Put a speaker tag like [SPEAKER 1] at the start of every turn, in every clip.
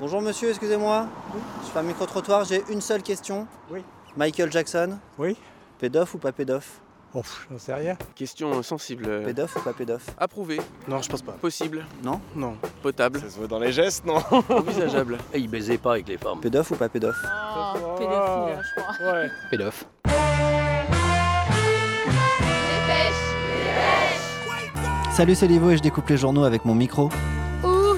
[SPEAKER 1] Bonjour monsieur, excusez-moi. Je fais un micro-trottoir, j'ai une seule question.
[SPEAKER 2] Oui.
[SPEAKER 1] Michael Jackson,
[SPEAKER 2] Oui
[SPEAKER 1] pédof ou pas pédof
[SPEAKER 2] Oh, pff, j'en sais rien.
[SPEAKER 3] Question sensible. euh,
[SPEAKER 1] Pédof ou pas pédof
[SPEAKER 3] Approuvée,
[SPEAKER 4] Non, je pense pas.
[SPEAKER 3] possible,
[SPEAKER 1] Non
[SPEAKER 4] Non.
[SPEAKER 3] potable,
[SPEAKER 5] Ça se voit dans les gestes, non
[SPEAKER 3] envisageable.
[SPEAKER 6] Et il baisait pas avec les femmes.
[SPEAKER 1] Pédof ou pas pédof
[SPEAKER 7] Ah,
[SPEAKER 2] Oh.
[SPEAKER 7] pédophile, je crois.
[SPEAKER 2] Ouais.
[SPEAKER 6] Pédof.
[SPEAKER 1] Salut, c'est Livo et je découpe les journaux avec mon micro.
[SPEAKER 7] Ouhou.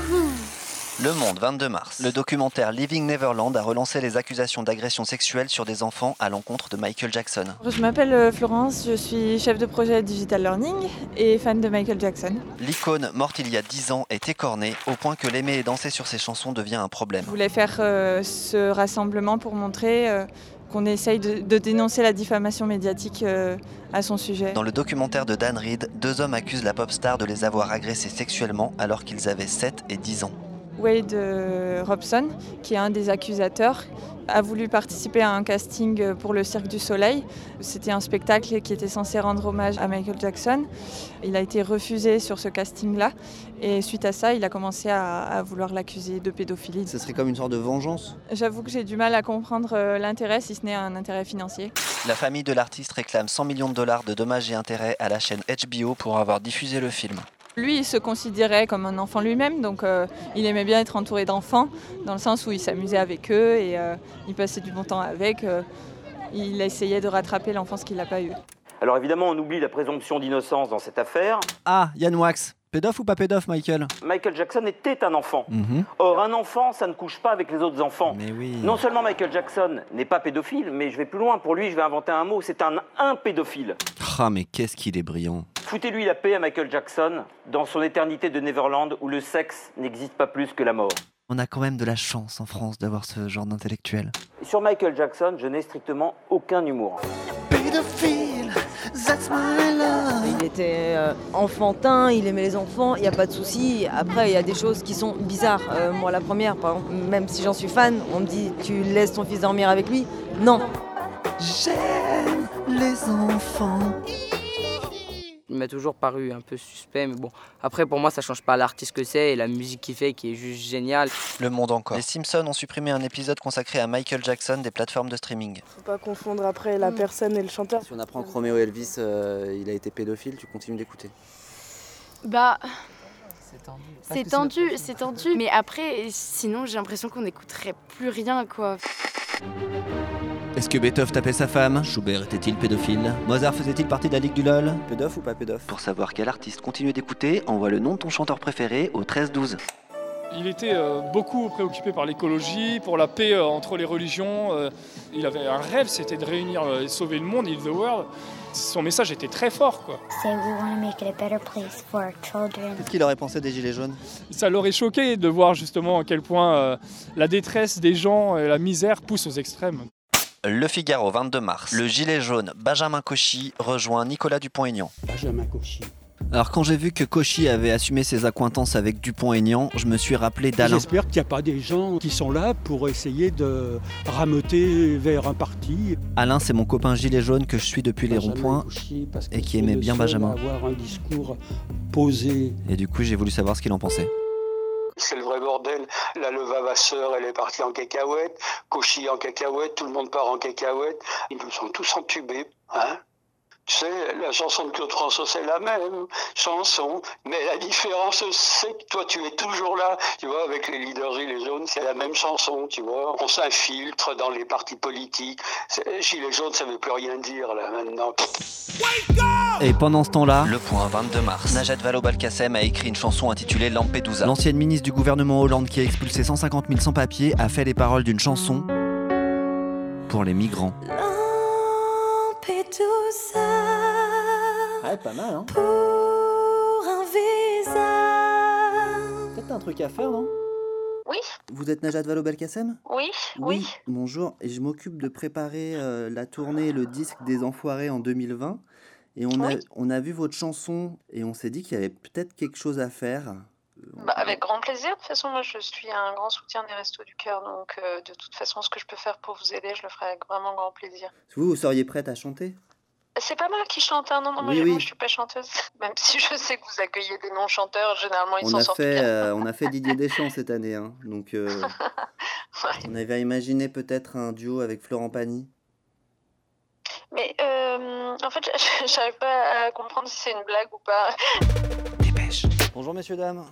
[SPEAKER 1] Le Monde, 22 mars. Le documentaire Living Neverland a relancé les accusations d'agression sexuelle sur des enfants à l'encontre de Michael Jackson.
[SPEAKER 8] Je m'appelle euh, Florence, je suis chef de projet Digital Learning et fan de Michael Jackson.
[SPEAKER 1] L'icône, morte il y a 10 ans, est écornée au point que l'aimer et danser sur ses chansons devient un problème.
[SPEAKER 8] Je voulais faire euh, ce rassemblement pour montrer euh, qu'on essaye de, de dénoncer la diffamation médiatique euh, à son sujet.
[SPEAKER 1] Dans le documentaire de Dan Reed, deux hommes accusent la pop star de les avoir agressés sexuellement alors qu'ils avaient 7 et 10 ans.
[SPEAKER 8] Wade euh, Robson, qui est un des accusateurs, a voulu participer à un casting euh, pour le Cirque du Soleil. C'était un spectacle qui était censé rendre hommage à Michael Jackson. Il a été refusé sur ce casting-là et suite à ça, il a commencé à, à vouloir l'accuser de pédophilie.
[SPEAKER 1] Ce serait comme une sorte de vengeance
[SPEAKER 8] J'avoue que j'ai du mal à comprendre euh, l'intérêt, si ce n'est un intérêt financier.
[SPEAKER 1] La famille de l'artiste réclame 100 millions de dollars de dommages et intérêts à la chaîne HBO pour avoir diffusé le film.
[SPEAKER 8] Lui, il se considérait comme un enfant lui-même, donc euh, il aimait bien être entouré d'enfants, dans le sens où il s'amusait avec eux et euh, il passait du bon temps avec. euh, il essayait de rattraper l'enfance qu'il n'a pas eue.
[SPEAKER 9] Alors évidemment, on oublie la présomption d'innocence dans cette affaire.
[SPEAKER 1] Ah, Yann Wax, pédof ou pas pédof, Michael
[SPEAKER 9] Michael Jackson était un enfant.
[SPEAKER 1] Mhm.
[SPEAKER 9] Or, un enfant, ça ne couche pas avec les autres enfants.
[SPEAKER 1] Mais oui.
[SPEAKER 9] Non seulement Michael Jackson n'est pas pédophile, mais je vais plus loin. Pour lui, je vais inventer un mot. C'est un impédophile.
[SPEAKER 1] Ah, mais qu'est-ce qu'il est brillant.
[SPEAKER 9] Foutez-lui la paix à Michael Jackson dans son éternité de Neverland où le sexe n'existe pas plus que la mort.
[SPEAKER 1] On a quand même de la chance en France d'avoir ce genre d'intellectuel.
[SPEAKER 9] Sur Michael Jackson, je n'ai strictement aucun humour.
[SPEAKER 10] Il était euh, enfantin, il aimait les enfants, il n'y a pas de souci. Après, il y a des choses qui sont bizarres. Euh, moi, la première, par exemple, même si j'en suis fan, on me dit tu laisses ton fils dormir avec lui. Non.
[SPEAKER 1] J'aime les enfants.
[SPEAKER 11] Il m'a toujours paru un peu suspect, mais bon. Après, pour moi, ça change pas l'artiste que c'est et la musique qu'il fait qui est juste géniale.
[SPEAKER 1] Le monde encore. Les Simpsons ont supprimé un épisode consacré à Michael Jackson des plateformes de streaming.
[SPEAKER 10] Faut pas confondre après la personne et le chanteur.
[SPEAKER 6] Si on apprend que Roméo Elvis, euh, il a été pédophile, tu continues d'écouter.
[SPEAKER 7] Bah,
[SPEAKER 11] C'est tendu.
[SPEAKER 7] c'est tendu, c'est tendu. Mais après, sinon, j'ai l'impression qu'on n'écouterait plus rien, quoi.
[SPEAKER 1] Est-ce que Beethoven tapait sa femme Schubert était-il pédophile Mozart faisait-il partie de la Ligue du LOL Pédof ou pas pédof Pour savoir quel artiste continue d'écouter, envoie le nom de ton chanteur préféré au 13-12.
[SPEAKER 12] Il était euh, beaucoup préoccupé par l'écologie, pour la paix euh, entre les religions. euh, il avait un rêve, c'était de réunir euh, et sauver le monde, heal the world. Son message était très fort, quoi.
[SPEAKER 1] Qu'est-ce qu'il aurait pensé des Gilets jaunes
[SPEAKER 12] Ça l'aurait choqué de voir justement à quel point euh, la détresse des gens et la misère poussent aux extrêmes.
[SPEAKER 1] Le Figaro, 22 mars. Le gilet jaune, Benjamin Cauchy, rejoint Nicolas Dupont-Aignan.
[SPEAKER 4] Benjamin Cauchy.
[SPEAKER 1] Alors quand j'ai vu que Cauchy avait assumé ses accointances avec Dupont-Aignan, je me suis rappelé d'Alain.
[SPEAKER 4] J'espère qu'il n'y a pas des gens qui sont là pour essayer de rameuter vers un parti.
[SPEAKER 1] Alain, c'est mon copain gilet jaune que je suis depuis les
[SPEAKER 4] Benjamin
[SPEAKER 1] ronds-points.
[SPEAKER 4] Cauchy, parce que
[SPEAKER 1] et qui
[SPEAKER 4] c'est
[SPEAKER 1] aimait
[SPEAKER 4] le
[SPEAKER 1] bien
[SPEAKER 4] seul à
[SPEAKER 1] Benjamin.
[SPEAKER 4] avoir un discours posé.
[SPEAKER 1] Et du coup, j'ai voulu savoir ce qu'il en pensait.
[SPEAKER 4] C'est le vrai bordel. La Levavasseur, elle est partie en cacahuète. Cauchy en cacahuète. Tout le monde part en cacahuète. Ils nous sont tous entubés. Hein tu sais, la chanson de Claude François, c'est la même chanson. Mais la différence, c'est que toi, tu es toujours là. Tu vois, avec les leaders Gilets jaunes, c'est la même chanson. Tu vois, on s'infiltre dans les partis politiques. C'est- Gilets jaunes, ça veut plus rien dire, là, maintenant.
[SPEAKER 1] Et pendant ce temps-là, le point 22 mars, Najat Vallaud-Belkacem a écrit une chanson intitulée Lampedusa. L'ancienne ministre du gouvernement Hollande qui a expulsé 150 000 sans-papiers a fait les paroles d'une chanson pour les migrants. Ouais, pas mal, hein
[SPEAKER 10] pour un visa.
[SPEAKER 1] Peut-être un truc à faire, non
[SPEAKER 7] Oui,
[SPEAKER 1] Vous êtes Najat Vallaud-Belkacem
[SPEAKER 7] oui,
[SPEAKER 1] Bonjour, et je m'occupe de préparer euh, la tournée Le Disque des Enfoirés en 2020. Et on, a,
[SPEAKER 7] Oui.
[SPEAKER 1] on a vu votre chanson et on s'est dit qu'il y avait peut-être quelque chose à faire.
[SPEAKER 7] Bah, avec grand plaisir. De toute façon, moi, je suis un grand soutien des Restos du Cœur. Donc, euh, de toute façon, ce que je peux faire pour vous aider, je le ferai avec vraiment grand plaisir.
[SPEAKER 1] Vous, vous seriez prête à chanter
[SPEAKER 10] C'est pas moi qui chante, hein, non, non, moi,
[SPEAKER 1] Oui,
[SPEAKER 10] je-
[SPEAKER 1] oui.
[SPEAKER 10] moi, je suis pas chanteuse. Même si je sais que vous accueillez des non-chanteurs, généralement ils
[SPEAKER 13] On
[SPEAKER 10] s'en
[SPEAKER 13] a,
[SPEAKER 10] sortent
[SPEAKER 13] fait,
[SPEAKER 10] bien.
[SPEAKER 13] euh, on a fait Didier Deschamps cette année. hein. Donc, euh, On avait imaginé peut-être un duo avec Florent Pagny.
[SPEAKER 10] Mais euh, en fait, j'arrive pas à comprendre si c'est une blague ou pas.
[SPEAKER 1] Bonjour messieurs, dames.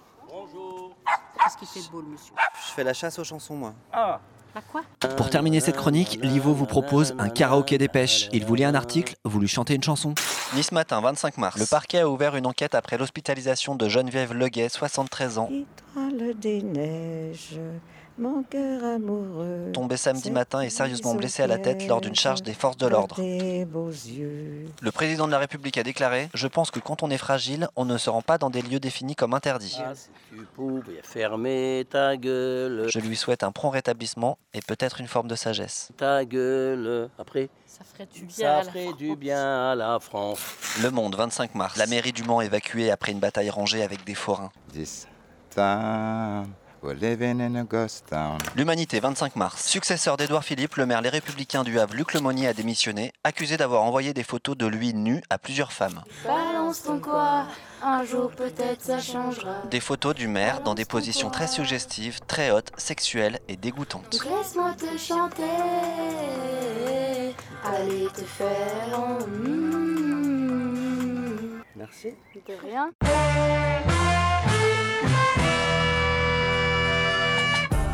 [SPEAKER 9] Qu'est-ce qui fait de beau, le monsieur
[SPEAKER 13] Je fais la chasse aux chansons, moi.
[SPEAKER 9] Ah À quoi
[SPEAKER 1] Pour terminer cette chronique, Livo vous propose un karaoké dépêche. Il vous lit un article, vous lui chantez une chanson. Nice matin, 25 mars. Le parquet a ouvert une enquête après l'hospitalisation de Geneviève Leguet, 73 ans,
[SPEAKER 14] Étoile des neiges, mon cœur amoureux.
[SPEAKER 1] tombée samedi matin et sérieusement blessée à la tête lors d'une charge des forces de l'ordre.
[SPEAKER 14] Tes beaux yeux.
[SPEAKER 1] Le président de la République a déclaré Je pense que quand on est fragile, on ne se rend pas dans des lieux définis comme interdits.
[SPEAKER 9] Ah, Tu pouvais fermer ta gueule,
[SPEAKER 1] Je lui souhaite un prompt rétablissement et peut-être une forme de sagesse.
[SPEAKER 9] ta gueule. Après, ça ferait du
[SPEAKER 12] bien à la
[SPEAKER 9] du bien à la France.
[SPEAKER 1] Le Monde, 25 mars. La mairie du Mans évacuée après une bataille rangée avec des forains.
[SPEAKER 15] This town, we're living in a ghost town.
[SPEAKER 1] L'Humanité, 25 mars. Successeur d'Édouard Philippe, le maire Les Républicains du Havre, Luc Lemonnier, a démissionné, accusé d'avoir envoyé des photos de lui nu à plusieurs femmes.
[SPEAKER 7] Balance ton quoi, un jour peut-être ça changera.
[SPEAKER 1] Des photos du maire dans des positions très suggestives, très hautes, sexuelles et dégoûtantes.
[SPEAKER 7] Donc laisse-moi te chanter, allez te faire en...
[SPEAKER 13] Merci.
[SPEAKER 7] De rien.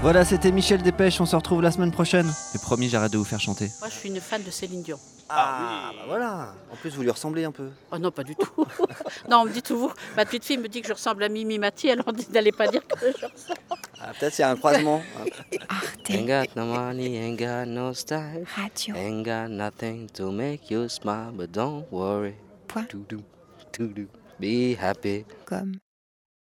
[SPEAKER 1] Voilà, c'était Michel Dépêche, on se retrouve la semaine prochaine. Et promis, j'arrête de vous faire chanter.
[SPEAKER 12] Moi, je suis une fan de Céline Dion.
[SPEAKER 13] Ah, bah voilà. En plus, vous lui ressemblez un peu.
[SPEAKER 12] Oh non, pas du tout. non, on me dit toujours, ma petite fille me dit que je ressemble à Mimi Mati, alors on dit n'allez pas dire que je ressemble.
[SPEAKER 13] Ah, peut-être il y a un croisement.
[SPEAKER 12] Ain't
[SPEAKER 3] got no money, ain't got no style.
[SPEAKER 12] Radio.
[SPEAKER 3] Ain't got nothing to make you smile, but don't worry. Be happy.
[SPEAKER 16] Comme